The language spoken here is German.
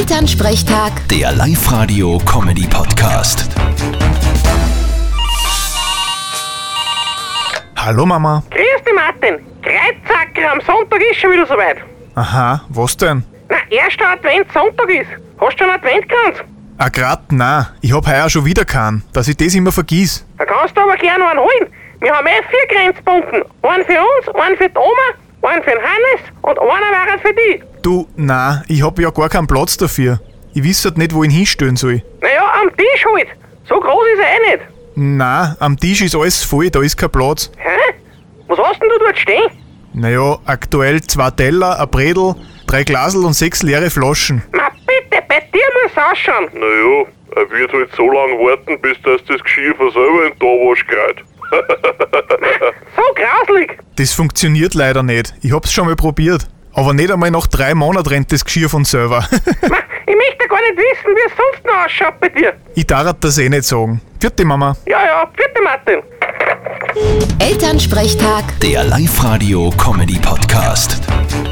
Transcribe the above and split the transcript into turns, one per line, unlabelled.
Elternsprechtag,
Der Live-Radio-Comedy-Podcast.
Hallo Mama.
Grüß dich, Martin. Kreuzzacker, am Sonntag ist schon wieder soweit.
Aha, was denn?
Na, erster Advent, Sonntag ist. Hast du einen Adventkranz?
Ah, grad na, ich hab heuer schon wieder keinen, dass ich das immer vergiss.
Da kannst du aber gerne einen holen. Wir haben eh vier Grenzpunkten. Einen für uns, einen für die Oma, einen für den Hannes und einer wäre für dich.
Du, na, ich hab ja gar keinen Platz dafür. Ich wiss halt nicht, wo ich ihn hinstellen soll.
Naja, am Tisch halt. So groß ist er eh nicht.
Na, am Tisch ist alles voll, da ist kein Platz.
Hä? Was hast denn du dort stehen?
Naja, aktuell zwei Teller, ein Bredel, drei Glasel und sechs leere Flaschen.
Ma bitte, bei dir muss ausschauen.
Naja, er wird halt so lange warten, bis das das Geschirr von selber in den wasch gerät.
So grauslig.
Das funktioniert leider nicht. Ich hab's schon mal probiert. Aber nicht einmal nach drei Monaten rennt das Geschirr von selber.
Ma, ich möchte gar nicht wissen, wie es sonst noch ausschaut bei dir.
ich darf das eh nicht sagen. Vierte Mama.
Ja, ja, bitte, Martin.
Elternsprechtag.
Der Live-Radio-Comedy-Podcast.